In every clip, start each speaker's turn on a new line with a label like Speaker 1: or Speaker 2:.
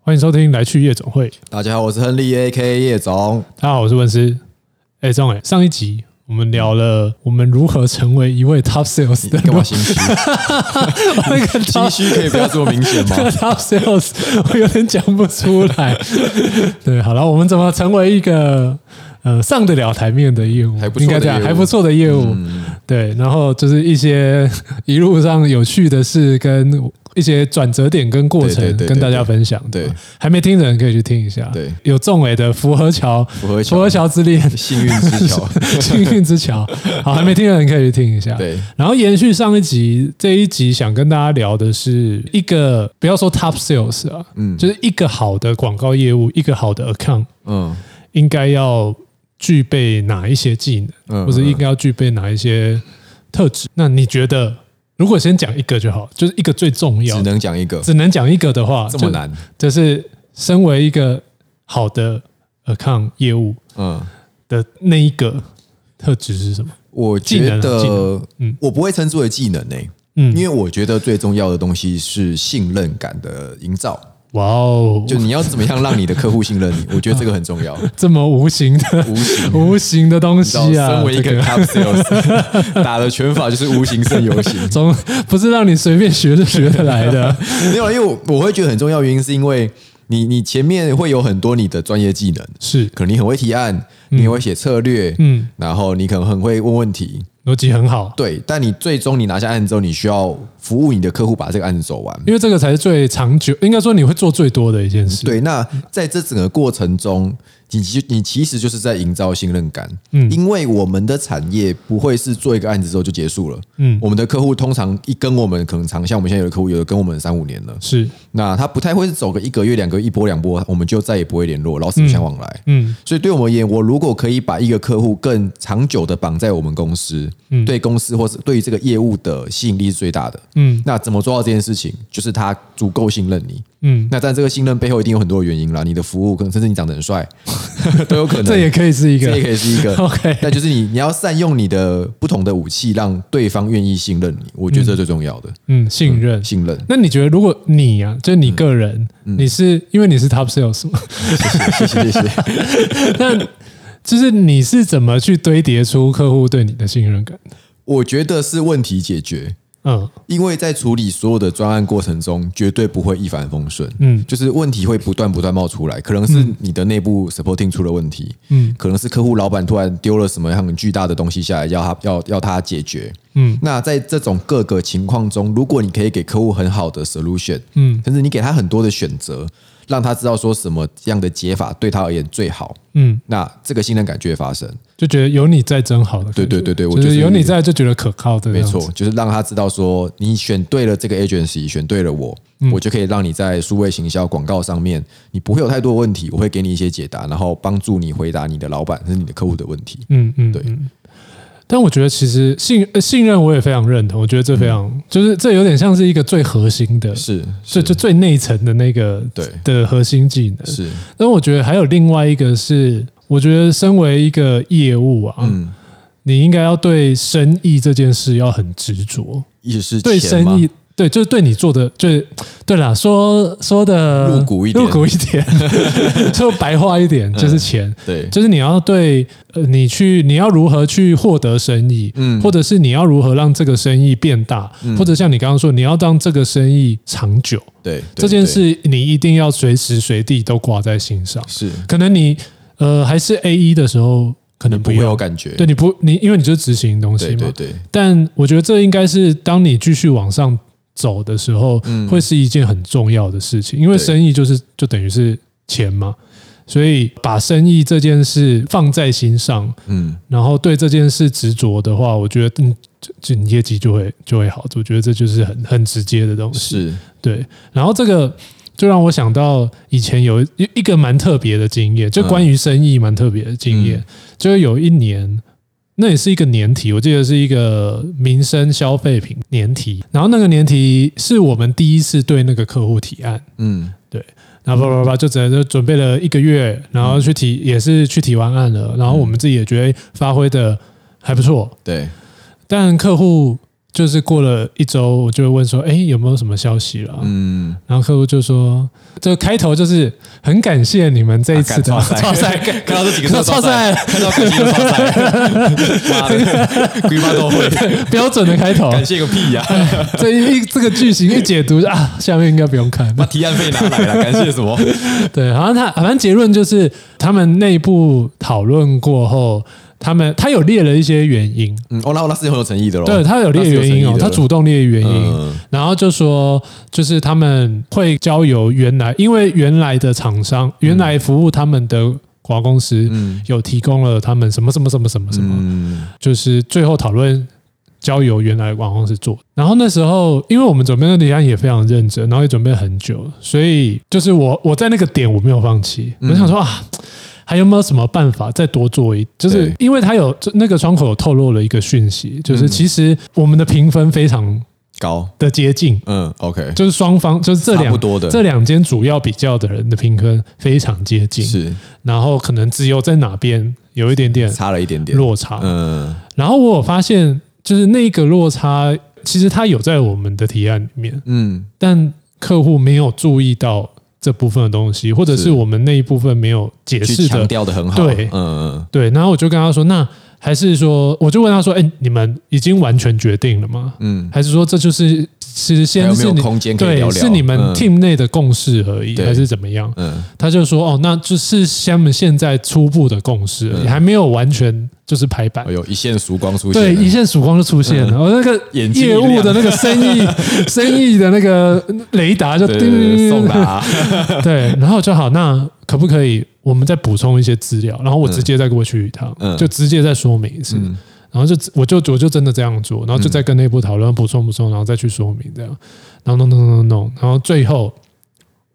Speaker 1: 欢迎收听《来去夜总会》。
Speaker 2: 大家好，我是亨利 A.K. 叶总。
Speaker 1: 大家好，我是文思。哎，张伟，上一集我们聊了我们如何成为一位 top sales 的
Speaker 2: 你干嘛心虚？
Speaker 1: 那个 top
Speaker 2: 心虚可以不要这么明显 吗
Speaker 1: 那？个 top sales，我有点讲不出来。对，好了，我们怎么成为一个呃上得了台面的业务？
Speaker 2: 还不错的
Speaker 1: 应该这样，
Speaker 2: 业务
Speaker 1: 还不错的业务。对，然后就是一些一路上有趣的事跟。一些转折点跟过程
Speaker 2: 对对对对
Speaker 1: 跟大家分享，
Speaker 2: 对，
Speaker 1: 还没听的人可以去听一下。
Speaker 2: 对
Speaker 1: 有仲伟的《符合桥》，
Speaker 2: 符合
Speaker 1: 佛桥之恋，
Speaker 2: 幸运之 桥。
Speaker 1: 幸运之桥。好，还没听的人可以去听一下。
Speaker 2: 对，
Speaker 1: 然后延续上一集，这一集想跟大家聊的是一个不要说 top sales 啊，嗯，就是一个好的广告业务，一个好的 account
Speaker 2: 嗯，
Speaker 1: 应该要具备哪一些技能，
Speaker 2: 嗯
Speaker 1: 或者应该要具备哪一些特质？那你觉得，如果先讲一个就好，就是一个最重要
Speaker 2: 只
Speaker 1: 的，
Speaker 2: 能讲一个，
Speaker 1: 只能讲一个的话，
Speaker 2: 这么难。
Speaker 1: 就，就是身为一个好的 account 业务，
Speaker 2: 嗯，
Speaker 1: 的那一个特质是什么？
Speaker 2: 我
Speaker 1: 技
Speaker 2: 觉
Speaker 1: 能啊技
Speaker 2: 得
Speaker 1: 能嗯，
Speaker 2: 我不会称之为技能诶，
Speaker 1: 嗯
Speaker 2: 因为我觉得最重要的东西是信任感的营造。
Speaker 1: 哇哦，
Speaker 2: 就你要怎么样让你的客户信任 你？我觉得这个很重要。
Speaker 1: 这么无形的
Speaker 2: 无形
Speaker 1: 无形的东
Speaker 2: 你知道，
Speaker 1: 西啊！
Speaker 2: 身为一
Speaker 1: 这
Speaker 2: 个 top sales，打 的拳法就是无形胜有形。
Speaker 1: 从不是让你随便学就学得来 的，
Speaker 2: 没有，因为我我会觉得很重要，原因是因为你你前面会有很多你的专业技能，
Speaker 1: 是
Speaker 2: 可能你很会提案，你很会写策略，
Speaker 1: 嗯
Speaker 2: 嗯，然后你可能很会问问题，
Speaker 1: 逻辑很好，
Speaker 2: 对。但你最终你拿下案子之后，你需要服务你的客户把这个案子走完。
Speaker 1: 因为这个才是最长久，应该说你会做最多的一件事。
Speaker 2: 对，那在这整个过程中，你其你其实就是在营造信任感，
Speaker 1: 嗯
Speaker 2: 嗯，因为我们的产业不会是做一个案子之后就结束了，
Speaker 1: 嗯
Speaker 2: 嗯，我们的客户通常一跟我们可能长，像我们现在有的客户有的跟我们三五年了，
Speaker 1: 是，
Speaker 2: 那他不太会是走个一个月、两个月一波两波，我们就再也不会联络，老死不相往来。
Speaker 1: 嗯
Speaker 2: 所以对我们而言，我如果可以把一个客户更长久的绑在我们公司，
Speaker 1: 嗯
Speaker 2: 对公司或是对于这个业务的吸引力是最大的。
Speaker 1: 嗯
Speaker 2: 那怎么做到这件事情？就是他足够信任你。
Speaker 1: 嗯，
Speaker 2: 那但这个信任背后一定有很多原因啦，你的服务，可能甚至你长得很帅， 都有可能。
Speaker 1: 这也可以是一
Speaker 2: 这
Speaker 1: 个
Speaker 2: 也可以是一个
Speaker 1: OK
Speaker 2: 那就是你你要善用你的不同的武器，让对方愿意信任你。我觉得这最重要的、
Speaker 1: 嗯信任。
Speaker 2: 信嗯任。
Speaker 1: 那你觉得，如果你啊，就你个人，你是因为你是 top sales 嘛，
Speaker 2: 谢谢谢谢。
Speaker 1: 那就是你是怎么去堆叠出客户对你的信任感的？
Speaker 2: 我觉得是问题解决，
Speaker 1: 嗯
Speaker 2: 因为在处理所有的专案过程中，绝对不会一帆风顺。
Speaker 1: 嗯
Speaker 2: 就是问题会不断不断冒出来，可能是你的内部 supporting 出了问题，
Speaker 1: 嗯
Speaker 2: 可能是客户老板突然丢了什么样很巨大的东西下来，要他要要他解决。
Speaker 1: 嗯
Speaker 2: 那在这种各个情况中，如果你可以给客户很好的 solution，
Speaker 1: 嗯
Speaker 2: 甚至你给他很多的选择，让他知道说什么样的解法对他而言最好，
Speaker 1: 嗯，
Speaker 2: 那这个信任感就会发生。
Speaker 1: 就觉得有你在真好的感觉。
Speaker 2: 对对对对我
Speaker 1: 就
Speaker 2: 就是是
Speaker 1: 有你在就觉得可靠的。
Speaker 2: 没错，，就是让他知道说，你选对了这个 agency，选对了我，
Speaker 1: 嗯
Speaker 2: 我就可以让你在数位行销广告上面，你不会有太多的问题，我会给你一些解答，然后帮助你回答你的老板甚至你的客户的问题。
Speaker 1: 嗯嗯，
Speaker 2: 对
Speaker 1: 嗯但我觉得其实信呃信任我也非常认同，我觉得这非常、就是这有点像是一个最核心的，
Speaker 2: 嗯是
Speaker 1: 最
Speaker 2: 是
Speaker 1: 就最内层的那个
Speaker 2: 对
Speaker 1: 的核心技能。
Speaker 2: 是，
Speaker 1: 但我觉得还有另外一个是，我觉得身为一个业务啊，
Speaker 2: 嗯，
Speaker 1: 你应该要对生意这件事要很执着，
Speaker 2: 也是
Speaker 1: 对
Speaker 2: 钱吗
Speaker 1: 生意，对，就是对你做的，就是对啦，说说的
Speaker 2: 露骨一点嗯
Speaker 1: 露骨一点， 说白话一点，就是钱，
Speaker 2: 对
Speaker 1: 就是你要对呃，你去你要如何去获得生意，
Speaker 2: 嗯
Speaker 1: 或者是你要如何让这个生意变大，或者像你刚刚说，你要让这个生意长久，
Speaker 2: 对对
Speaker 1: 这件
Speaker 2: 对
Speaker 1: 事你一定要随时随地都挂在心上。
Speaker 2: 是
Speaker 1: 可能你呃还是 A 一的时候，可能
Speaker 2: 不
Speaker 1: 不
Speaker 2: 会有
Speaker 1: 用，
Speaker 2: 感觉，
Speaker 1: 对，你不你因为你就是执行东西
Speaker 2: 对
Speaker 1: 嘛
Speaker 2: 对，对
Speaker 1: 但我觉得这应该是当你继续往上走的时候，会是一件很重要的事情，因为
Speaker 2: 对
Speaker 1: 生意就是就等于是钱嘛，所以把生意这件事放在心上，
Speaker 2: 嗯，
Speaker 1: 然后对这件事执着的话，我觉得嗯，这这你业绩就会就会好，我觉得这就是很很直接的东西。
Speaker 2: 是
Speaker 1: 对，然后这个就让我想到以前有一一个蛮特别的经验，就关于生意蛮特别的经验，
Speaker 2: 嗯
Speaker 1: 就是有一年。那也是一个年题，我记得是一个民生消费品年题，然后那个年题是我们第一次对那个客户提案，
Speaker 2: 嗯
Speaker 1: 然后叭叭叭叭就只能就准备了一个月，然后去提也是去提完案了，然后我们自己也觉得发挥的还不错，
Speaker 2: 对
Speaker 1: 但客户就是过了一周，我就会问说，哎，有没有什么消息了？
Speaker 2: 嗯，
Speaker 1: 然后客户就说，这开头就是很感谢你们这一次的
Speaker 2: 啊干超
Speaker 1: 赛，
Speaker 2: 看到这几个
Speaker 1: 超
Speaker 2: 字超
Speaker 1: 赛
Speaker 2: 赛，看到感谢就超赛，妈的，鬼妈都会，
Speaker 1: 标准的开头，
Speaker 2: 感谢个屁呀！
Speaker 1: 这一这个剧情一解读啊，下面应该不用 看。
Speaker 2: 把提案费拿来了，感谢什么？
Speaker 1: 对，好像他反正结论就是他们内部讨论过后，他们他有列了一些原因，
Speaker 2: 嗯，哦，那那是很有诚意的喽。
Speaker 1: 对他有列原因哦，他主动列原因，
Speaker 2: 嗯
Speaker 1: 然后就说就是他们会交由原来因为原来的厂商原来服务他们的。广告公司
Speaker 2: 嗯
Speaker 1: 有提供了他们什么什么什么什么什么，
Speaker 2: 嗯
Speaker 1: 就是最后讨论交由原来广告公司做。然后那时候，因为我们准备的提案也非常认真，然后也准备很久，所以就是我我在那个点我没有放弃，
Speaker 2: 嗯
Speaker 1: 我想说啊。还有没有什么办法再多做一？就是
Speaker 2: 对嗯
Speaker 1: 因为他有就那个窗口有透露了一个讯息，就是其实我们的评分非常
Speaker 2: 高，
Speaker 1: 的接近，
Speaker 2: 嗯，OK，
Speaker 1: 就是双方就是这
Speaker 2: 差
Speaker 1: 两
Speaker 2: 不多的
Speaker 1: 这两间主要比较的人的评分非常接近，
Speaker 2: 是
Speaker 1: 然后可能只有在哪边有一点点
Speaker 2: 差了一点点，
Speaker 1: 落差，
Speaker 2: 嗯，
Speaker 1: 然后我有发现，就是那个落差，其实它有在我们的提案里面，
Speaker 2: 嗯，
Speaker 1: 但客户没有注意到这部分的东西，或者
Speaker 2: 是
Speaker 1: 是我们那一部分没有解
Speaker 2: 去
Speaker 1: 释
Speaker 2: 强
Speaker 1: 的。
Speaker 2: 调的很好，
Speaker 1: 对
Speaker 2: 嗯嗯
Speaker 1: 对，然后我就跟他说，那还是说，我就问他说，哎，你们已经完全决定了吗？
Speaker 2: 嗯，
Speaker 1: 还是说这就是其实
Speaker 2: 还
Speaker 1: 先
Speaker 2: 有没
Speaker 1: 是
Speaker 2: 有
Speaker 1: 你
Speaker 2: 空间可以聊
Speaker 1: 对
Speaker 2: 聊？
Speaker 1: 是你们
Speaker 2: 嗯
Speaker 1: team 内的共识而已，
Speaker 2: 对
Speaker 1: 还是怎么样？
Speaker 2: 嗯，
Speaker 1: 他就说，哦，那就是他们现在初步的共识而已，
Speaker 2: 嗯
Speaker 1: 还没有完全就是排版
Speaker 2: 哎。呦，一线曙光出现
Speaker 1: 对，
Speaker 2: 了，嗯
Speaker 1: 一线曙光就出现了。我、哦那个
Speaker 2: 眼睛一
Speaker 1: 业
Speaker 2: 亮
Speaker 1: 务的那个生 意生意的那个雷达就
Speaker 2: 对
Speaker 1: 叮
Speaker 2: 对对对，送
Speaker 1: 叮叮
Speaker 2: 达，
Speaker 1: 对，然后就好，那可不可以我们再补充一些资料，然后我直接再过去一趟，
Speaker 2: 嗯
Speaker 1: 就直接再说明一次。
Speaker 2: 嗯
Speaker 1: 然后就我就我就真的这样做，然后就再跟内部讨论补充补充，然后再去说明这样，然后弄弄弄弄弄，然后最后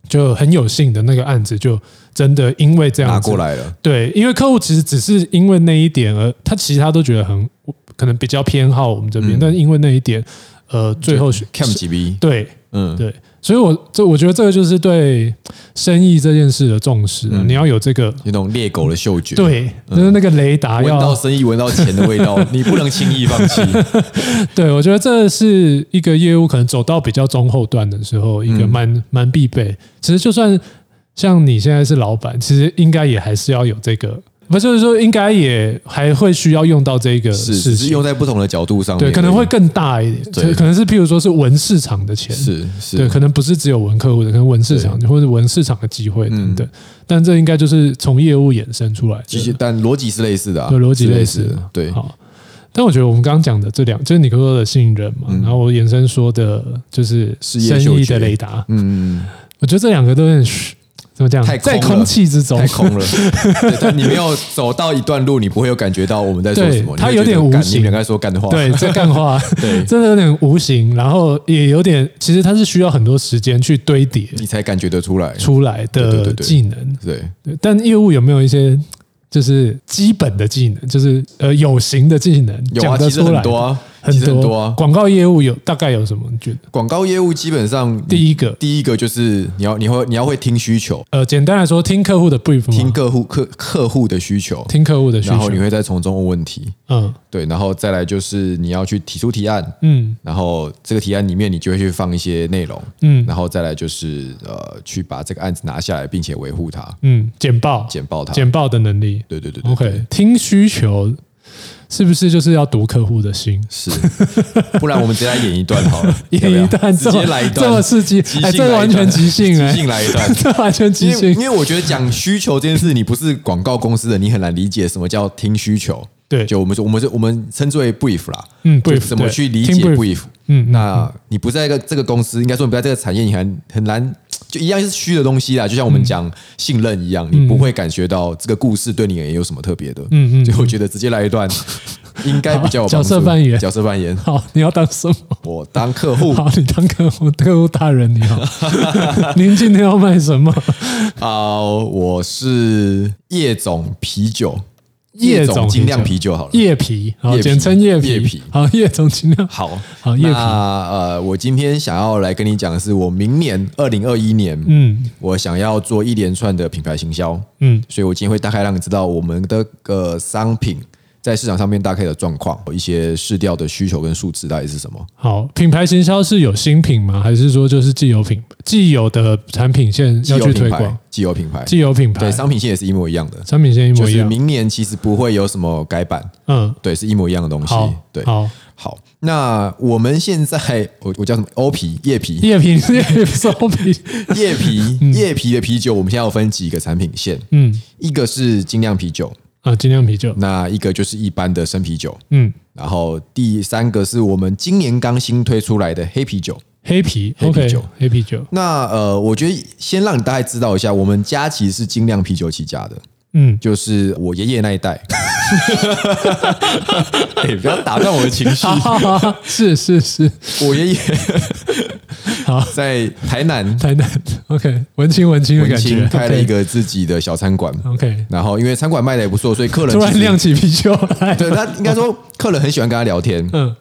Speaker 1: 就很有幸的那个案子就真的因为这样
Speaker 2: 拿
Speaker 1: 子
Speaker 2: 过来了，
Speaker 1: 对，因为客户其实只是因为那一点而他其他都觉得很可能比较偏好我们这边，
Speaker 2: 嗯
Speaker 1: 但因为那一点，呃，最后是
Speaker 2: cam 几 B，
Speaker 1: 对
Speaker 2: 嗯，
Speaker 1: 对，所以我这我觉得这个就是对生意这件事的重视啊、
Speaker 2: 嗯
Speaker 1: 你要有这个
Speaker 2: 那种猎狗的嗅觉，，
Speaker 1: 对，就是那个雷达
Speaker 2: 闻到
Speaker 1: 要，
Speaker 2: 生意，闻到钱的味 道，你不能轻易放弃，
Speaker 1: 对我觉得这是一个业务可能走到比较中后段的时候，一个
Speaker 2: 嗯
Speaker 1: 蛮蛮必备。其实就算像你现在是老板，其实应该也还是要有这个。不就是说，应该也还会需要用到这个事
Speaker 2: 是，只是
Speaker 1: 情
Speaker 2: 用，在不同的角度上面
Speaker 1: 对，
Speaker 2: 而已，
Speaker 1: 可能会更大一点，
Speaker 2: 对
Speaker 1: 可可能是譬如说是文市场的钱，
Speaker 2: 是是，
Speaker 1: 对，可能不是只有文客户的，可能文市场或者文市场的机会等
Speaker 2: 嗯
Speaker 1: 等。但这应该就是从业务衍生出来的，
Speaker 2: 其实但逻辑是类似的啊，
Speaker 1: 对逻辑
Speaker 2: 是
Speaker 1: 类
Speaker 2: 类
Speaker 1: 似
Speaker 2: 似
Speaker 1: 的
Speaker 2: 的，对，
Speaker 1: 好。但我觉得我们刚刚讲的这两，就是你哥哥的信任嘛，然后我衍生说的就是
Speaker 2: 嗯事业
Speaker 1: 生
Speaker 2: 嗅
Speaker 1: 意
Speaker 2: 觉
Speaker 1: 的雷达，
Speaker 2: 嗯，
Speaker 1: 我觉得这两个都很怎么讲，
Speaker 2: 太空
Speaker 1: 在
Speaker 2: 了
Speaker 1: 空气之中
Speaker 2: 太，空 了。对，但你没有走到一段路，你不会有感觉到我们在说什么。
Speaker 1: 对它
Speaker 2: 你会觉得
Speaker 1: 有点无
Speaker 2: 干
Speaker 1: 形
Speaker 2: 你们两个在说干话。
Speaker 1: 对，这干话
Speaker 2: 对
Speaker 1: 真的有点无形，然后也有点，其实它是需要很多时间去堆叠
Speaker 2: 你才感觉得出来。
Speaker 1: 出来
Speaker 2: 对对
Speaker 1: 的
Speaker 2: 对对
Speaker 1: 技能。
Speaker 2: 对，
Speaker 1: 对，但业务有没有一些就是基本的技能，就是呃有形的技能
Speaker 2: 有
Speaker 1: 讲
Speaker 2: 啊，
Speaker 1: 得
Speaker 2: 其实
Speaker 1: 出来？
Speaker 2: 很多啊，其
Speaker 1: 很
Speaker 2: 实很多啊。
Speaker 1: 广告业务有大概有什么？你觉得
Speaker 2: 广告业务基本上你
Speaker 1: 第一个，
Speaker 2: 第一个就是你要你会你要会听需求，
Speaker 1: 呃，简单来说，听客户的 brief，吗
Speaker 2: 听客户客客户的需求，
Speaker 1: 听客户的需
Speaker 2: 然后
Speaker 1: 求
Speaker 2: 你，会再从中问问题。
Speaker 1: 嗯
Speaker 2: 对，然后再来就是你要去提出提案，
Speaker 1: 嗯
Speaker 2: 然后这个提案里面你就会去放一些内容，
Speaker 1: 嗯
Speaker 2: 然后再来就是呃去把这个案子拿下来，并且维护它，
Speaker 1: 嗯，简报
Speaker 2: 简报它。
Speaker 1: 简报的能力
Speaker 2: 对对对对
Speaker 1: ，OK，听需求是不是就是要读客户的心？
Speaker 2: 是，不然我们直接来演一段好了，要不要
Speaker 1: 一旦
Speaker 2: 直
Speaker 1: 这
Speaker 2: 接
Speaker 1: 么
Speaker 2: 来一段，
Speaker 1: 这么刺激
Speaker 2: 即，兴
Speaker 1: 哎，
Speaker 2: 来一
Speaker 1: 这完
Speaker 2: 段
Speaker 1: 全即兴哎。
Speaker 2: 即，兴来一段
Speaker 1: 这完全即
Speaker 2: 因为
Speaker 1: 兴
Speaker 2: 因，为我觉得讲需求这件事，你不是广告公司的，你很难理解什么叫听需求。
Speaker 1: 对，
Speaker 2: 就我们说，我们是我们称之为 brief 啦，
Speaker 1: 嗯
Speaker 2: 就
Speaker 1: brief，
Speaker 2: 怎么
Speaker 1: 对
Speaker 2: 去理
Speaker 1: 听
Speaker 2: 解
Speaker 1: brief
Speaker 2: brief？
Speaker 1: 嗯嗯
Speaker 2: 那你不在一个这个公司，应该说你不在这个产业，你很很难就一样是虚的东西啦。就像我们
Speaker 1: 嗯
Speaker 2: 讲信任一样，你不会感觉到这个故事对你也有什么特别的。
Speaker 1: 嗯嗯
Speaker 2: 所以我觉得直接来一段 应该比较有
Speaker 1: 好角
Speaker 2: 帮助
Speaker 1: 色扮演
Speaker 2: 角色扮演，
Speaker 1: 好，你要当什么？
Speaker 2: 我当客户
Speaker 1: 好，你当客户客户大人你 好，您今天要卖什么？
Speaker 2: 啊、我是叶总啤酒，
Speaker 1: 叶总啤酒
Speaker 2: 精酿啤酒好了。
Speaker 1: 叶皮，好，
Speaker 2: 叶皮
Speaker 1: 简称叶皮。
Speaker 2: 叶皮
Speaker 1: 好，叶总尽量
Speaker 2: 好，
Speaker 1: 好啊叶皮
Speaker 2: 那呃，我今天想要来跟你讲的是，我明年二零二一年，
Speaker 1: 嗯
Speaker 2: 我想要做一连串的品牌行销，
Speaker 1: 嗯
Speaker 2: 所以我今天会大概让你知道我们的呃商品在在市场上面大概的状况，一些市调的需求跟数字到底是什么？
Speaker 1: 好，品牌行销是有新品吗？还是说就是既有品既有的产品线
Speaker 2: 既
Speaker 1: 要
Speaker 2: 有
Speaker 1: 去
Speaker 2: 品
Speaker 1: 推
Speaker 2: 牌
Speaker 1: 广？，
Speaker 2: 既有品牌，
Speaker 1: 既有品牌
Speaker 2: 对，商品线也是一模一样的，
Speaker 1: 产品线一
Speaker 2: 就
Speaker 1: 模一
Speaker 2: 是
Speaker 1: 样。
Speaker 2: 明年其实不会有什么改版，
Speaker 1: 嗯，
Speaker 2: 对，是一模一样的东西
Speaker 1: 好，，
Speaker 2: 对，
Speaker 1: 好，
Speaker 2: 好，那我们现在我我叫什么？欧啤、叶啤、
Speaker 1: 叶品叶烧饼，
Speaker 2: 叶啤、叶啤的啤酒，我们现在有分几个产品线，
Speaker 1: 嗯
Speaker 2: 一个是精酿啤酒，
Speaker 1: 啊，精酿啤酒，
Speaker 2: 那一个就是一般的生啤酒，
Speaker 1: 嗯，
Speaker 2: 然后第三个是我们今年刚新推出来的黑啤酒。
Speaker 1: 黑啤
Speaker 2: 黑啤
Speaker 1: ，OK，
Speaker 2: 酒
Speaker 1: 黑啤酒，
Speaker 2: 那呃，我觉得先让你大概知道一下，我们家其实是精酿啤酒起家的，
Speaker 1: 嗯，
Speaker 2: 就是我爷爷那一代。 哎不要打断我的情绪。
Speaker 1: 好好好，是是是，
Speaker 2: 我爷爷
Speaker 1: 好
Speaker 2: 在台南
Speaker 1: 台南，OK，文青文青的
Speaker 2: 文
Speaker 1: 感觉
Speaker 2: 青，开了一
Speaker 1: OK，
Speaker 2: 个自己的小餐馆，
Speaker 1: OK，
Speaker 2: 然后因为餐馆卖的也不错，所以客人
Speaker 1: 突然
Speaker 2: 其实
Speaker 1: 亮起啤酒来，
Speaker 2: 对他应该 说客人很喜欢跟他聊天。
Speaker 1: 嗯，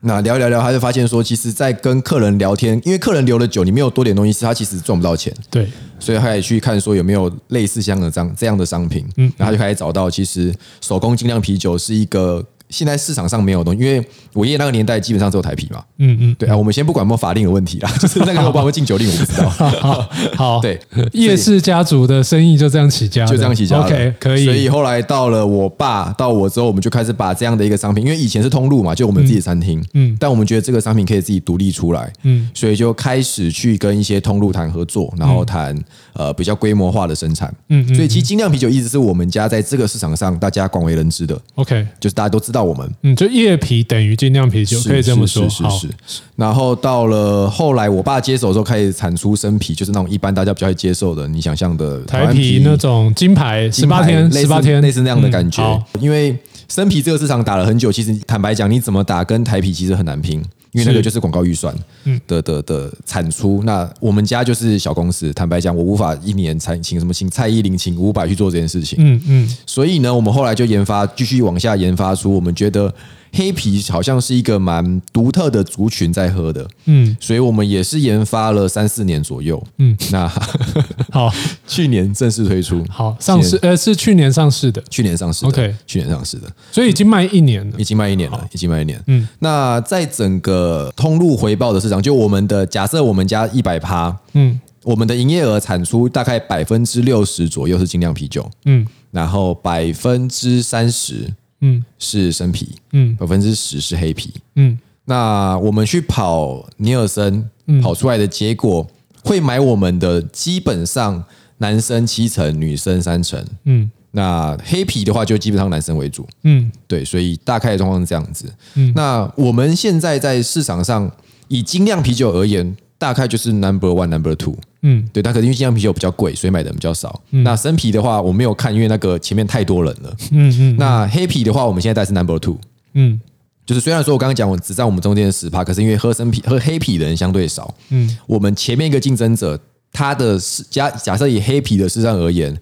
Speaker 2: 那聊一聊聊，他就发现说，其实，在跟客人聊天，因为客人留了酒，你没有多点东西吃，他其实赚不到钱。
Speaker 1: 对，
Speaker 2: 所以他也去看说有没有类似像的这样这样的商品，嗯，然后他就开始找到，其实手工精酿啤酒是一个现在市场上没有的东西，因为我爷爷那个年代基本上只有台啤嘛，
Speaker 1: 嗯嗯，
Speaker 2: 对啊，我们先不管有没有法令的问题啦，就是那个时候包括禁酒令我不知 道，
Speaker 1: 好好好，
Speaker 2: 对，
Speaker 1: 夜市家族的生意就这样起家的，
Speaker 2: 就这样起家的
Speaker 1: OK，可以，
Speaker 2: 所以后来到了我爸到我之后，我们就开始把这样的一个商品，因为以前是通路嘛，就我们自己的餐厅，嗯
Speaker 1: 嗯，
Speaker 2: 但我们觉得这个商品可以自己独立出来，嗯
Speaker 1: 嗯，
Speaker 2: 所以就开始去跟一些通路谈合作，然后谈呃比较规模化的生产，
Speaker 1: 嗯，
Speaker 2: 嗯
Speaker 1: 嗯
Speaker 2: 所以其实精酿啤酒一直是我们家在这个市场上大家广为人知的，
Speaker 1: OK，
Speaker 2: 就是大家都知道我们。
Speaker 1: 嗯，就夜啤等于精酿啤酒，
Speaker 2: 是
Speaker 1: 可以这么说，
Speaker 2: 是
Speaker 1: 好
Speaker 2: 是是是。然后到了后来，我爸接手之后，开始产出生啤，就是那种一般大家比较会接受的，你想象的
Speaker 1: 台
Speaker 2: 湾
Speaker 1: 啤那种金牌十八天，
Speaker 2: 金牌类
Speaker 1: 十
Speaker 2: 似
Speaker 1: 八天
Speaker 2: 类似那样的感
Speaker 1: 嗯
Speaker 2: 觉。
Speaker 1: 好
Speaker 2: 因为生啤这个市场打了很久，其实坦白讲，你怎么打跟台啤其实很难拼。因为那个
Speaker 1: 是
Speaker 2: 就是广告预算
Speaker 1: 嗯
Speaker 2: 的的的产出，那我们家就是小公司，坦白讲，我无法一年才请什么请蔡依林、请伍佰去做这件事情，
Speaker 1: 嗯嗯，
Speaker 2: 所以呢，我们后来就研发，继续往下研发出，我们觉得黑啤好像是一个蛮独特的族群在喝的，
Speaker 1: 嗯，
Speaker 2: 所以我们也是研发了三四年左右，嗯
Speaker 1: 嗯，
Speaker 2: 那
Speaker 1: 好
Speaker 2: 去年正式推出，
Speaker 1: 好上市，呃，是去年上市的，
Speaker 2: 去年上市的
Speaker 1: OK
Speaker 2: 去年上市的，
Speaker 1: 所以已经卖一年了
Speaker 2: 已。经卖一年了，已经卖一年。嗯
Speaker 1: 嗯，
Speaker 2: 那在整个通路回报的市场，就我们的假设，我们家一百趴，
Speaker 1: 嗯
Speaker 2: 我们的营业额产出大概百分之六十左右是精酿啤酒，
Speaker 1: 嗯
Speaker 2: 然后百分之三十
Speaker 1: 嗯
Speaker 2: 是生啤，
Speaker 1: 嗯
Speaker 2: 百分之十是黑啤。
Speaker 1: 嗯，
Speaker 2: 那我们去跑尼尔森，跑出来的结果会买我们的，基本上男生七成，女生三成。
Speaker 1: 嗯
Speaker 2: 那黑啤的话，就基本上男生为主。
Speaker 1: 嗯
Speaker 2: 对，所以大概的状况是这样子。
Speaker 1: 嗯
Speaker 2: 那我们现在在市场上以精酿啤酒而言，大概就是 number one、number two。
Speaker 1: 嗯
Speaker 2: 对，但可是因为精酿啤酒比较贵，所以买的人比较少。那生啤的话，我没有看，因为那个前面太多人了。
Speaker 1: 嗯嗯
Speaker 2: 那黑啤的话，我们现在大概是 number two。
Speaker 1: 嗯
Speaker 2: 就是虽然说我刚刚讲我只占我们中间的十趴，可是因为喝生啤、喝黑啤的人相对少，
Speaker 1: 嗯
Speaker 2: 我们前面一个竞争者，他的市假假设以黑啤的市占而言，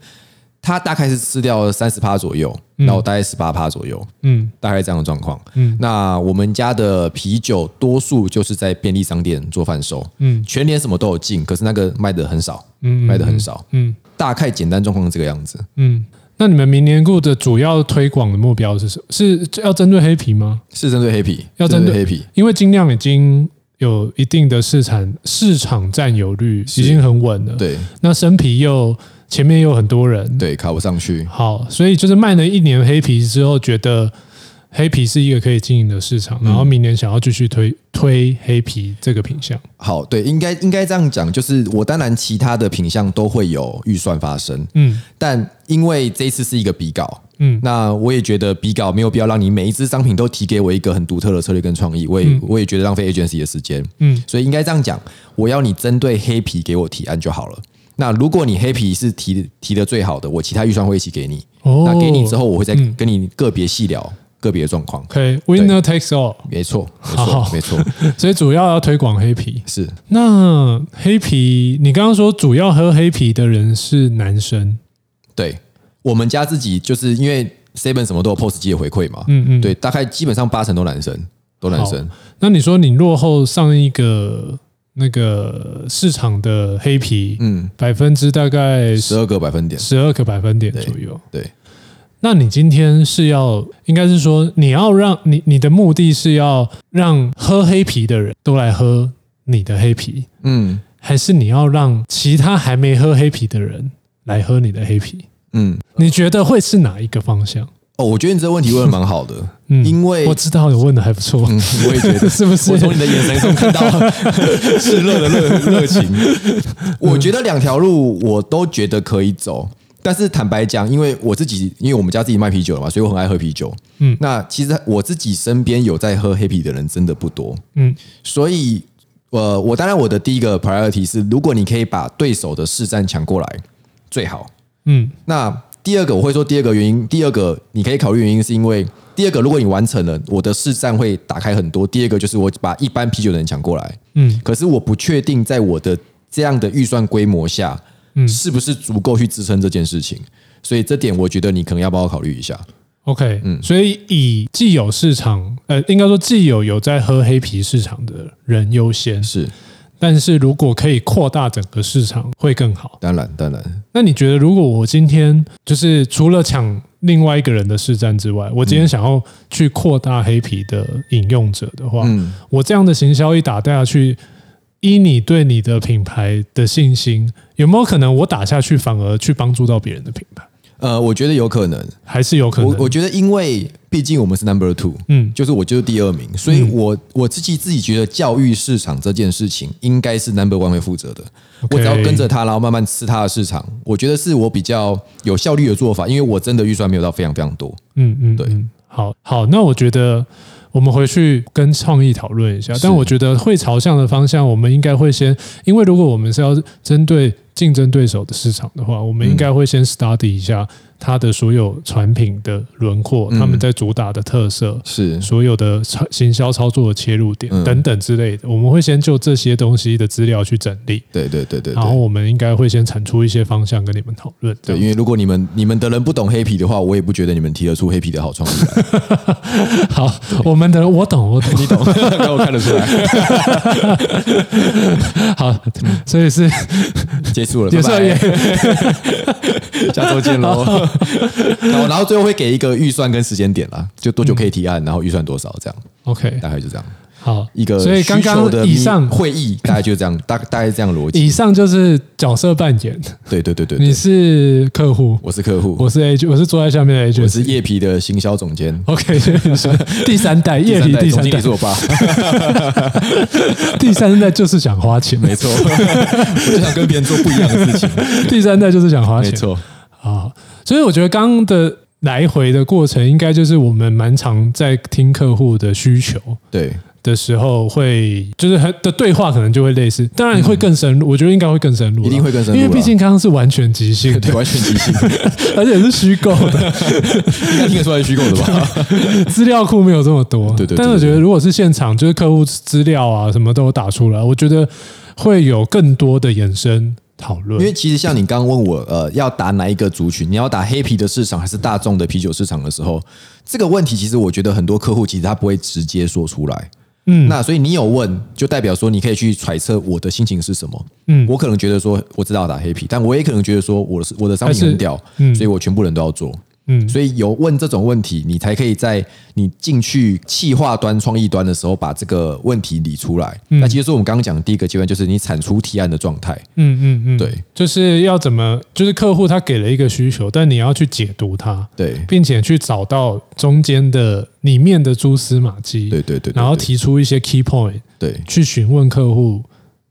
Speaker 2: 他大概是吃掉三十趴左右，然后我大概十八趴左右，
Speaker 1: 嗯
Speaker 2: 大概这样的状况。
Speaker 1: 嗯
Speaker 2: 那我们家的啤酒多数就是在便利商店做贩售，
Speaker 1: 嗯
Speaker 2: 全年什么都有进，可是那个卖的很少，
Speaker 1: 嗯
Speaker 2: 卖的很少，
Speaker 1: 嗯
Speaker 2: 大概简单状况是这个样子。
Speaker 1: 嗯。那你们明年度的主要推广的目标是什么？是要针对黑啤吗？
Speaker 2: 是针对黑啤，
Speaker 1: 要针对
Speaker 2: 黑啤，
Speaker 1: 因为精酿已经有一定的市场市场占有率，已经很稳了。，
Speaker 2: 对
Speaker 1: 那生啤又前面又有很多人，
Speaker 2: 对，卡不上去。
Speaker 1: 好，所以就是卖了一年黑啤之后，觉得黑啤是一个可以经营的市
Speaker 2: 嗯
Speaker 1: 场，然后明年想要继续推推黑啤这个品项。
Speaker 2: 好，对，应该应该这样讲，就是我当然其他的品项都会有预算发生，
Speaker 1: 嗯
Speaker 2: 但因为这一次是一个比稿，
Speaker 1: 嗯
Speaker 2: 那我也觉得比稿没有必要让你每一只商品都提给我一个很独特的策略跟创意，我也、我也觉得浪费 agency 的时间，
Speaker 1: 嗯
Speaker 2: 所以应该这样讲，我要你针对黑皮给我提案就好了。那如果你黑皮是提提的最好的，我其他预算会一起给你。
Speaker 1: 哦
Speaker 2: 那给你之后，我会再跟你个别细聊、个别的状况。
Speaker 1: ，OK，winner、takes all，
Speaker 2: 没错，没错
Speaker 1: 好，
Speaker 2: 没错，
Speaker 1: 所以主要要推广黑啤。
Speaker 2: 是
Speaker 1: 那黑啤，你刚刚说主要喝黑啤的人是男生，
Speaker 2: 对，我们家自己就是因为 Seven 什么都有 POS 机的回馈嘛，
Speaker 1: 嗯嗯
Speaker 2: 对，大概基本上八成都男生，都男生，
Speaker 1: 那你说你落后上一个那个市场的黑啤，
Speaker 2: 嗯，
Speaker 1: 百分之大概
Speaker 2: 十二个百分点，
Speaker 1: 十二个百分点左右。
Speaker 2: 对，
Speaker 1: 那你今天是要，应该是说你要让你你的目的是要让喝黑啤的人都来喝你的黑啤，
Speaker 2: 嗯
Speaker 1: 还是你要让其他还没喝黑啤的人来喝你的黑啤？
Speaker 2: 嗯，
Speaker 1: 你觉得会是哪一个方向？
Speaker 2: 哦，我觉得你这个问题问的蛮好的，
Speaker 1: 嗯
Speaker 2: 因为
Speaker 1: 我知道你问的还不错，
Speaker 2: 嗯， 我也觉得
Speaker 1: 是不是
Speaker 2: 我从你的眼神中 看到炽热的热热情。我觉得两条路我都觉得可以走，但是坦白讲，因为我自己，因为我们家自己卖啤酒了嘛，所以我很爱喝啤酒。
Speaker 1: 嗯
Speaker 2: 嗯，那其实我自己身边有在喝黑啤的人真的不多，
Speaker 1: 嗯
Speaker 2: 所以呃，我当然我的第一个 priority 是，如果你可以把对手的市占抢过来，最好。
Speaker 1: 嗯
Speaker 2: 那第二个我会说第二个原因，第二个你可以考虑原因是因为第二个，如果你完成了，我的市占会打开很多。第二个就是我把一般啤酒的人抢过来，
Speaker 1: 嗯
Speaker 2: 可是我不确定在我的这样的预算规模下，
Speaker 1: 嗯
Speaker 2: 是不是足够去支撑这件事情。所以这点我觉得你可能要帮我考虑一下。
Speaker 1: ，OK，嗯，所以以既有市场，呃，应该说既有有在喝黑啤市场的人优先，
Speaker 2: 是，
Speaker 1: 但是如果可以扩大整个市场会更好。
Speaker 2: 当然，当然，
Speaker 1: 那你觉得，如果我今天就是除了抢另外一个人的市占之外，我今天想要去扩大黑皮的饮用者的话，
Speaker 2: 嗯
Speaker 1: 我这样的行销一打下去，依你对你的品牌的信心，有没有可能我打下去反而去帮助到别人的品牌？
Speaker 2: 呃，我觉得有可能。
Speaker 1: 还是有可能？
Speaker 2: 我我觉得，因为毕竟我们是 number two，
Speaker 1: 嗯
Speaker 2: 就是我就是第二名，所以我、我自己自己觉得教育市场这件事情应该是 number one 会负责的。
Speaker 1: OK
Speaker 2: 我只要跟着他，然后慢慢吃他的市场，我觉得是我比较有效率的做法，因为我真的预算没有到非常非常多。
Speaker 1: 嗯嗯，
Speaker 2: 对
Speaker 1: 嗯，好好，那我觉得我们回去跟创意讨论一下，但我觉得会朝向的方向，我们应该会先，因为如果我们是要针对竞争对手的市场的话，我
Speaker 2: 嗯
Speaker 1: 们应该会先 study 一下它的所有产品的轮廓，
Speaker 2: 嗯
Speaker 1: 他们在主打的特色。
Speaker 2: 是
Speaker 1: 所有的操行销操作的切入点
Speaker 2: 嗯
Speaker 1: 等等之类的，我们会先就这些东西的资料去整理，
Speaker 2: 对对对对
Speaker 1: 然后
Speaker 2: 对。
Speaker 1: 我们应该会先产出一些方向跟你们讨论。
Speaker 2: 对，因为如果你们你们的人不懂黑皮的话，我也不觉得你们提得出黑皮的好创意来。
Speaker 1: 好，我们的我懂，我懂，
Speaker 2: 你懂？那我看得出来，
Speaker 1: 好，
Speaker 2: 嗯
Speaker 1: 所以是
Speaker 2: 结束了，
Speaker 1: 也是
Speaker 2: 拜拜
Speaker 1: 也
Speaker 2: 下周见 喽。然后，然后最后会给一个预算跟时间点啦，就多久
Speaker 1: 嗯
Speaker 2: 可以提案，然后预算多少，这样
Speaker 1: OK，
Speaker 2: 大概就这样。
Speaker 1: 好，
Speaker 2: 一个
Speaker 1: 所以刚
Speaker 2: 需求
Speaker 1: 刚
Speaker 2: 的
Speaker 1: 以上
Speaker 2: 会议，大概就这样，大大概这样逻辑。
Speaker 1: 以上就是角色扮演，
Speaker 2: 对对对对
Speaker 1: 你
Speaker 2: 对，
Speaker 1: 是客户，
Speaker 2: 我是客户，
Speaker 1: 我是 A，我是坐在下面的 A
Speaker 2: 我
Speaker 1: 角
Speaker 2: 是叶皮的行销总监，
Speaker 1: OK，第三代
Speaker 2: 第
Speaker 1: 叶
Speaker 2: 三
Speaker 1: 皮
Speaker 2: 代
Speaker 1: 第三
Speaker 2: 总经理
Speaker 1: 代
Speaker 2: 是，我 爸，
Speaker 1: 第三代就是想花钱，
Speaker 2: 没错。我就想跟别人做不一样的事情，
Speaker 1: 第三代就是想花
Speaker 2: 没
Speaker 1: 钱
Speaker 2: 错。
Speaker 1: 啊。所以我觉得刚刚的来回的过程，应该就是我们蛮常在听客户的需求，
Speaker 2: 对，
Speaker 1: 的时候会就是很的对话可能就会类似，当然会更深入，我觉得应该会更深入啦，
Speaker 2: 嗯一定会更深入
Speaker 1: 因为
Speaker 2: 啦
Speaker 1: 毕竟刚刚是完全即兴
Speaker 2: 对，
Speaker 1: 的，
Speaker 2: 完全即兴，
Speaker 1: 而且是虚构的，
Speaker 2: 应该听得出来是虚构的吧？
Speaker 1: 资料库没有这么多。
Speaker 2: 对对对
Speaker 1: 但是我觉得如果是现场，就是客户资料啊什么都有打出来，我觉得会有更多的衍生讨论。
Speaker 2: 因为其实像你刚刚问我，呃，要打哪一个族群？你要打黑啤的市场还是大众的啤酒市场的时候，这个问题其实我觉得很多客户其实他不会直接说出来。
Speaker 1: 嗯
Speaker 2: 那所以你有问，就代表说你可以去揣测我的心情是什么。
Speaker 1: 嗯
Speaker 2: 我可能觉得说我知道打黑皮，但我也可能觉得说我的我的商品
Speaker 1: 还是
Speaker 2: 很屌，
Speaker 1: 嗯
Speaker 2: 所以我全部人都要做。
Speaker 1: 嗯
Speaker 2: 所以有问这种问题，你才可以在你进去企划端、创意端的时候把这个问题理出来。那其实是我们刚刚讲的第一个阶段，就是你产出提案的状态。
Speaker 1: 嗯嗯嗯，
Speaker 2: 对，
Speaker 1: 就是要怎么，就是客户他给了一个需求，但你要去解读它，
Speaker 2: 对，
Speaker 1: 并且去找到中间的里面的蛛丝马迹，
Speaker 2: 对对对对
Speaker 1: 然后提出一些 key point，
Speaker 2: 对，
Speaker 1: 去询问客户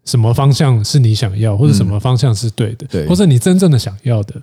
Speaker 1: 什么方向是你想要，或者什么方向是对的，
Speaker 2: 嗯对
Speaker 1: 或者你真正的想要的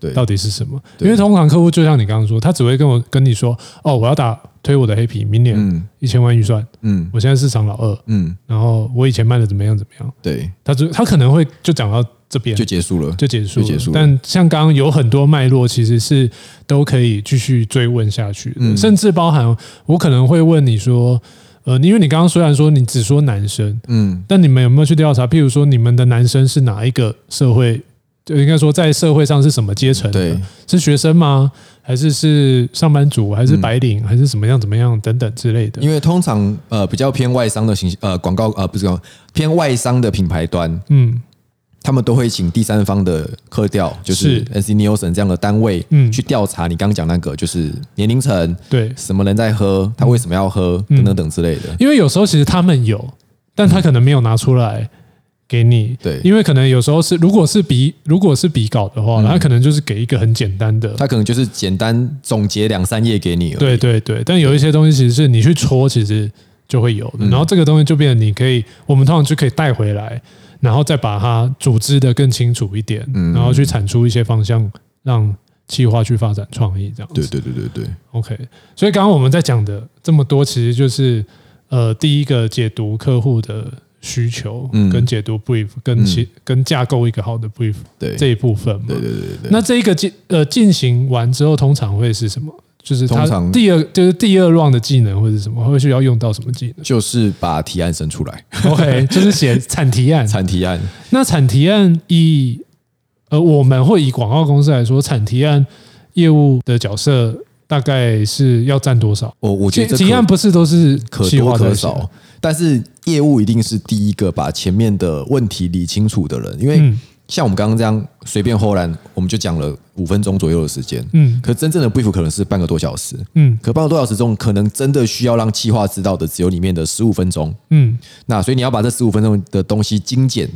Speaker 2: 对
Speaker 1: 到底是什么？
Speaker 2: 对
Speaker 1: 因为通常客户就像你刚刚说，他只会跟我跟你说，哦，我要打推我的黑皮，明年
Speaker 2: 嗯
Speaker 1: 一千万预算，
Speaker 2: 嗯
Speaker 1: 我现在市场老二，
Speaker 2: 嗯，
Speaker 1: 然后我以前卖的怎么样怎么样，
Speaker 2: 对，
Speaker 1: 他就他可能会就讲到这边
Speaker 2: 就。结束了。
Speaker 1: 就结束了，
Speaker 2: 就结束了
Speaker 1: 但像刚刚有很多脉络，其实是都可以继续追问下去的，
Speaker 2: 嗯
Speaker 1: 甚至包含我可能会问你说，呃，因为你刚刚虽然说你只说男生，
Speaker 2: 嗯
Speaker 1: 但你们有没有去调查？譬如说，你们的男生是哪一个社会？就应该说，在社会上是什么阶层的
Speaker 2: 对？
Speaker 1: 是学生吗？还是是上班族？还是白领？还是怎么样？怎么样？等等之类的。
Speaker 2: 嗯因为通常呃呃比较偏外商的形呃广告呃不是广告偏外商的品牌端，
Speaker 1: 嗯
Speaker 2: 他们都会请第三方的客调，就是 NC Nielsen 这样的单位，
Speaker 1: 嗯
Speaker 2: 去调查你刚刚讲那个，就是年龄层，
Speaker 1: 对
Speaker 2: 什么人在喝，他为什么要喝，
Speaker 1: 嗯
Speaker 2: 等等等之类的。
Speaker 1: 因为有时候其实他们有，但他可能没有拿出来给你。
Speaker 2: 对嗯
Speaker 1: 因为可能有时候是，如果是比如果是比稿的话，他可能就是给一个很简单的。
Speaker 2: 他可能就是简单总结两三页给你而已，
Speaker 1: 对对对，但有一些东西其实是你去戳，其实就会有的。
Speaker 2: 嗯
Speaker 1: 然后这个东西就变得你可以，我们通常就可以带回来，然后再把它组织的更清楚一点，
Speaker 2: 嗯
Speaker 1: 然后去产出一些方向，让企划去发展创意这样子。
Speaker 2: 对对对对对，
Speaker 1: OK，所以刚刚我们在讲的这么多，其实就是呃，第一个解读客户的需求，
Speaker 2: 嗯
Speaker 1: 跟解读 brief，跟其、跟架构一个好的 brief
Speaker 2: 对
Speaker 1: 这一部分嘛。
Speaker 2: 对对对对对。
Speaker 1: 那这一个进呃进行完之后，通常会是什么？就是它
Speaker 2: 通常
Speaker 1: 第二就是第二 round 的技能会是什么？会需要用到什么技
Speaker 2: 就是把提案生出来，
Speaker 1: 能？OK，就是写产提案。
Speaker 2: 产提案，
Speaker 1: 那产提案以呃我们或以广告公司来说，产提案业务的角色大概是要占多少？
Speaker 2: 我我觉
Speaker 1: 提
Speaker 2: 得这
Speaker 1: 提案不是都是
Speaker 2: 可可
Speaker 1: 计划
Speaker 2: 多
Speaker 1: 在
Speaker 2: 可
Speaker 1: 写的啊
Speaker 2: 少，但是业务一定是第一个把前面的问题理清楚的人，因为
Speaker 1: 嗯
Speaker 2: 像我们刚刚这样随便后来我们就讲了五分钟左右的时间，
Speaker 1: 嗯
Speaker 2: 可真正的 brief 可能是半个多小时，
Speaker 1: 嗯
Speaker 2: 可半个多小时中，可能真的需要让企划知道的只有里面的十五分钟，
Speaker 1: 嗯
Speaker 2: 那所以你要把这十五分钟的东西精简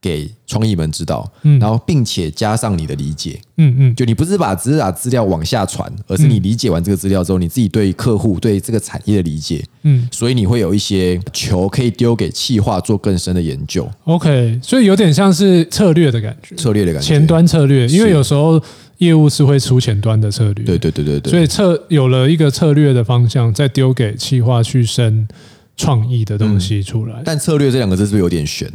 Speaker 2: 给创意们知道，
Speaker 1: 嗯
Speaker 2: 然后并且加上你的理解，
Speaker 1: 嗯嗯
Speaker 2: 就你不是把只是把啊资料往下传，而是你理解完这个资料之后，你自己对客户对这个产业的理解，
Speaker 1: 嗯
Speaker 2: 所以你会有一些球可以丢给企划做更深的研究
Speaker 1: ，OK，所以有点像是策略的感觉，
Speaker 2: 策略的感觉。
Speaker 1: 前，端策略，因为有时候业务是会出前端的策略，
Speaker 2: 对对对对对，
Speaker 1: 所以策有了一个策略的方向，再丢给企划去生创意的东西出来，
Speaker 2: 但策略这两个字是不是有点悬？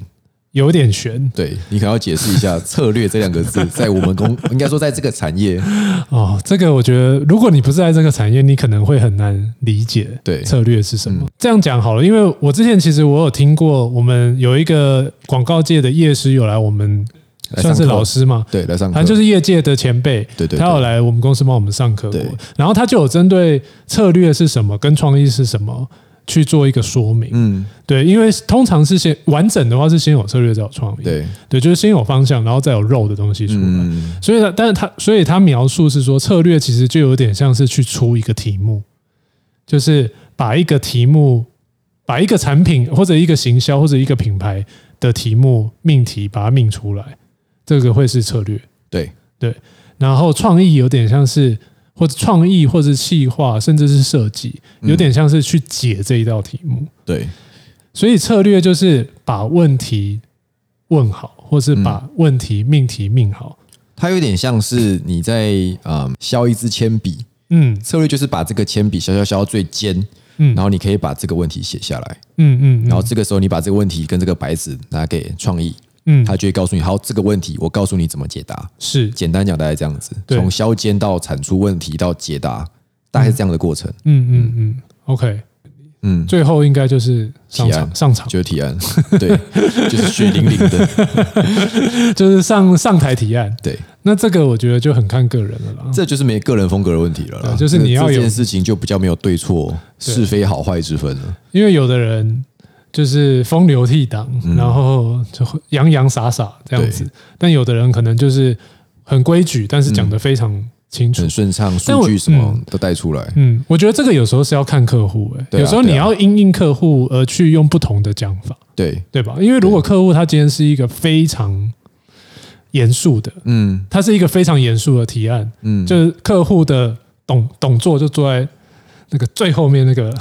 Speaker 1: 有点悬
Speaker 2: 对你可能要解释一下策略这两个字在我们公，应该说在这个产业，
Speaker 1: 哦。这个我觉得，如果你不是在这个产业，你可能会很难理解
Speaker 2: 对嗯
Speaker 1: 策略是什么。这样讲好了，因为我之前其实我有听过，我们有一个广告界的业师有来我们
Speaker 2: 来
Speaker 1: 算
Speaker 2: 上
Speaker 1: 是
Speaker 2: 课
Speaker 1: 老师嘛，
Speaker 2: 对来上课，
Speaker 1: 反正就是业界的前辈，
Speaker 2: 对对对
Speaker 1: 他有来我们公司帮我们上课过
Speaker 2: 对，
Speaker 1: 然后他就有针对策略是什么跟创意是什么去做一个说明。
Speaker 2: 嗯，
Speaker 1: 对，因为通常是先完整的话是先有策略再有创意，
Speaker 2: 对，
Speaker 1: 对，就是先有方向，然后再有肉的东西出来。
Speaker 2: 嗯，
Speaker 1: 所以呢，但是他所以他描述是说，策略其实就有点像是去出一个题目，就是把一个题目，把一个产品或者一个行销或者一个品牌的题目命题把它命出来，这个会是策略。
Speaker 2: 对，
Speaker 1: 然后创意有点像是或者创意或者企划，甚至是设计，有
Speaker 2: 嗯
Speaker 1: 点像是去解这一道题目。
Speaker 2: 对，
Speaker 1: 所以策略就是把问题问好，或是
Speaker 2: 嗯
Speaker 1: 把问题命题命好。
Speaker 2: 它有点像是你在啊削一支铅笔，
Speaker 1: 嗯
Speaker 2: 策略就是把这个铅笔削削削到最尖，
Speaker 1: 嗯
Speaker 2: 然后你可以把这个问题写下来，
Speaker 1: 嗯嗯，
Speaker 2: 然后这个时候你把这个问题跟这个白纸拿给创意，
Speaker 1: 嗯
Speaker 2: 他就会告诉你，好，这个问题我告诉你怎么解答。
Speaker 1: 是
Speaker 2: 简单讲，大概这样子，
Speaker 1: 对
Speaker 2: 从削尖到产出问题到解答，大概是这样的过程。
Speaker 1: 嗯嗯嗯，OK，
Speaker 2: 嗯，
Speaker 1: 最后应该就是上
Speaker 2: 提
Speaker 1: 场
Speaker 2: 案
Speaker 1: 上场，
Speaker 2: 就是提案， 对，就是血淋淋的，
Speaker 1: 就是上上台提案。
Speaker 2: 对，
Speaker 1: 那这个我觉得就很看个人了啦。
Speaker 2: 这就是没个人风格的问题了啦。
Speaker 1: 对就是你要有
Speaker 2: 这这件事情就比较没有对错、
Speaker 1: 对
Speaker 2: 是非好坏之分了。
Speaker 1: 因为有的人就是风流倜傥，然后就会洋洋洒洒这样子
Speaker 2: 嗯对；
Speaker 1: 但有的人可能就是很规矩，但是
Speaker 2: 嗯
Speaker 1: 讲得非常清楚。
Speaker 2: 很顺畅，
Speaker 1: 但
Speaker 2: 数
Speaker 1: 我
Speaker 2: 据什么都带出来。
Speaker 1: 嗯，我觉得这个有时候是要看客户、欸，
Speaker 2: 对啊
Speaker 1: 有时候
Speaker 2: 对啊
Speaker 1: 你要因应客户而去用不同的讲法，
Speaker 2: 对，
Speaker 1: 对吧？因为如果客户他今天是一个非常严肃的，
Speaker 2: 嗯
Speaker 1: 他是一个非常严肃的提案，
Speaker 2: 嗯，
Speaker 1: 就是客户的董董座就坐在那个最后面那个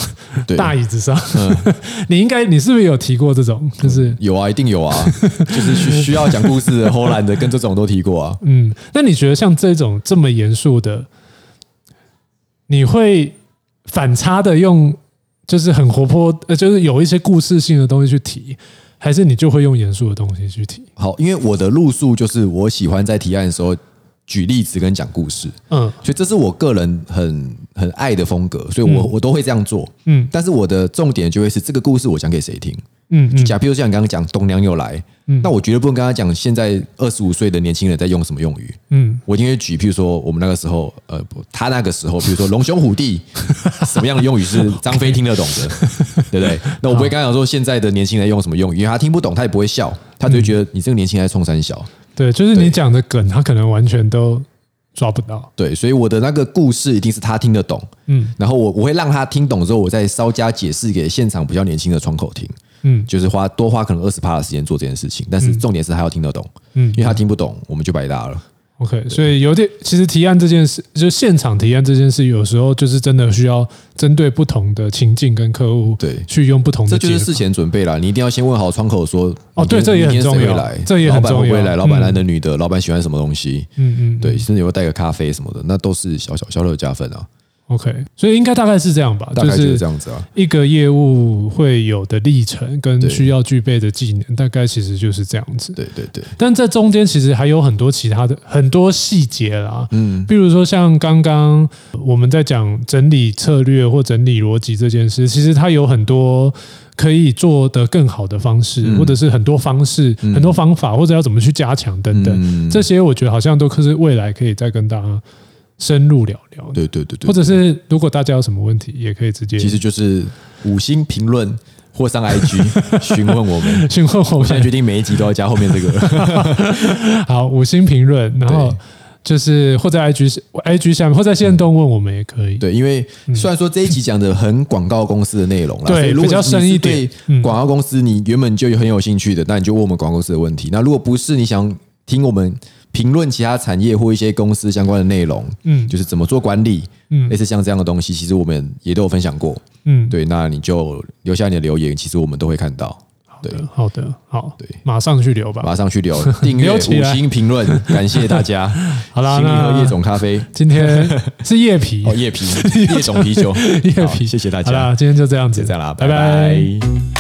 Speaker 2: 对嗯
Speaker 1: 大椅子上， 你应该你是不是有提过这种？就是
Speaker 2: 有啊，一定有啊， 就是需需要讲故事的、偷懒的，跟这种都提过啊。
Speaker 1: 嗯，那你觉得像这种这么严肃的，你会反差的用，就是很活泼，呃，就是有一些故事性的东西去提，还是你就会用严肃的东西去提？
Speaker 2: 好，因为我的路数就是我喜欢在提案的时候举例子跟讲故事，
Speaker 1: 嗯
Speaker 2: 所以这是我个人很很爱的风格，所以我、我都会这样做。
Speaker 1: 嗯
Speaker 2: 但是我的重点就会是这个故事我讲给谁听？
Speaker 1: 嗯嗯
Speaker 2: 假，比如像你刚刚讲东娘又来，
Speaker 1: 嗯
Speaker 2: 那我绝对不能跟他讲现在二十五岁的年轻人在用什么用语。
Speaker 1: 嗯
Speaker 2: 我一定会举，譬如说我们那个时候，呃，不他那个时候，譬如说龙兄虎弟，什么样的用语是张 飞听得懂的，对不对？那我不会刚讲说现在的年轻人用什么用语，因为他听不懂，他也不会笑，他只会觉得你这个年轻人在冲三小。
Speaker 1: 对，就是
Speaker 2: 对
Speaker 1: 你讲的梗，他可能完全都抓不到。
Speaker 2: 对，所以我的那个故事一定是他听得懂，
Speaker 1: 嗯
Speaker 2: 然后我我会让他听懂之后，我再稍加解释给现场比较年轻的窗口听，
Speaker 1: 嗯
Speaker 2: 就是花多花可能二十趴的时间做这件事情，但是重点是他要听得懂，
Speaker 1: 嗯
Speaker 2: 因为他听不懂，我们就白搭了。
Speaker 1: ，OK，所以有点，其实提案这件事，就现场提案这件事，有时候就是真的需要针对不同的情境跟客户，
Speaker 2: 对
Speaker 1: 去用不同
Speaker 2: 这
Speaker 1: 的解
Speaker 2: 就
Speaker 1: 法，
Speaker 2: 是事前准备啦，你一定要先问好窗口说，
Speaker 1: 哦
Speaker 2: 明天
Speaker 1: 对这也很
Speaker 2: 明天谁
Speaker 1: 重
Speaker 2: 会
Speaker 1: 要
Speaker 2: 来
Speaker 1: 这也很
Speaker 2: 老板会不会
Speaker 1: 重要
Speaker 2: 来，老板
Speaker 1: 嗯
Speaker 2: 男的女的，老板喜欢什么东西，
Speaker 1: 嗯嗯，
Speaker 2: 对，甚至有没有带个咖啡什么的，那都是小小小小的加分啊，
Speaker 1: ，OK，所以应该大概是这样吧，
Speaker 2: 大概就是
Speaker 1: 是
Speaker 2: 这样子啊。
Speaker 1: 一个业务会有的历程跟
Speaker 2: 对
Speaker 1: 需要具备的技能，大概其实就是这样子。
Speaker 2: 对对对，
Speaker 1: 但这中间其实还有很多其他的很多细节啦，
Speaker 2: 嗯
Speaker 1: 比如说像刚刚我们在讲整理策略或整理逻辑这件事，其实它有很多可以做得更好的方式，
Speaker 2: 嗯
Speaker 1: 或者是很多方式、
Speaker 2: 嗯
Speaker 1: 很多方法，或者要怎么去加强等等，
Speaker 2: 嗯
Speaker 1: 这些我觉得好像都可是未来可以再跟大家深入聊聊的。
Speaker 2: 对对对对，
Speaker 1: 或者是如果大家有什么问题，也可以直接
Speaker 2: 其实就是五星评论或上 IG 询问我们。
Speaker 1: 询问我
Speaker 2: 我现在
Speaker 1: 们。
Speaker 2: 决定每一集都要加后面这个，
Speaker 1: 好，五星评论，然后
Speaker 2: 对
Speaker 1: 就是或在 IG IG 下面，或在线动问我们也可以。
Speaker 2: 对，因为虽然说这一集讲的很广告公司的内容啦，
Speaker 1: 嗯对
Speaker 2: 所以如果
Speaker 1: 比较深
Speaker 2: 你是
Speaker 1: 一点
Speaker 2: 对
Speaker 1: 嗯
Speaker 2: 广告公司你原本就很有兴趣的，那你就问我们广告公司的问题。那如果不是你想听我们评论其他产业或一些公司相关的内容，
Speaker 1: 嗯
Speaker 2: 就是怎么做管理，
Speaker 1: 嗯
Speaker 2: 类似像这样的东西，其实我们也都有分享过。
Speaker 1: 嗯，
Speaker 2: 对，那你就留下你的留言，其实我们都会看到。
Speaker 1: 好
Speaker 2: 对
Speaker 1: 的，好的，好，
Speaker 2: 对
Speaker 1: 马上去留吧。
Speaker 2: 马上 去留订阅
Speaker 1: 留
Speaker 2: 五
Speaker 1: 起来
Speaker 2: 星评论，感谢大家。
Speaker 1: 好啦，
Speaker 2: 请你喝
Speaker 1: 那
Speaker 2: 叶总咖啡哦
Speaker 1: 今天是叶 皮
Speaker 2: 哦，，叶啤叶总啤酒，
Speaker 1: 叶
Speaker 2: 好
Speaker 1: 皮，
Speaker 2: 谢谢大
Speaker 1: 好
Speaker 2: 家，
Speaker 1: 啦，今天就这样子，
Speaker 2: 啊就这样啦，
Speaker 1: 拜
Speaker 2: 拜拜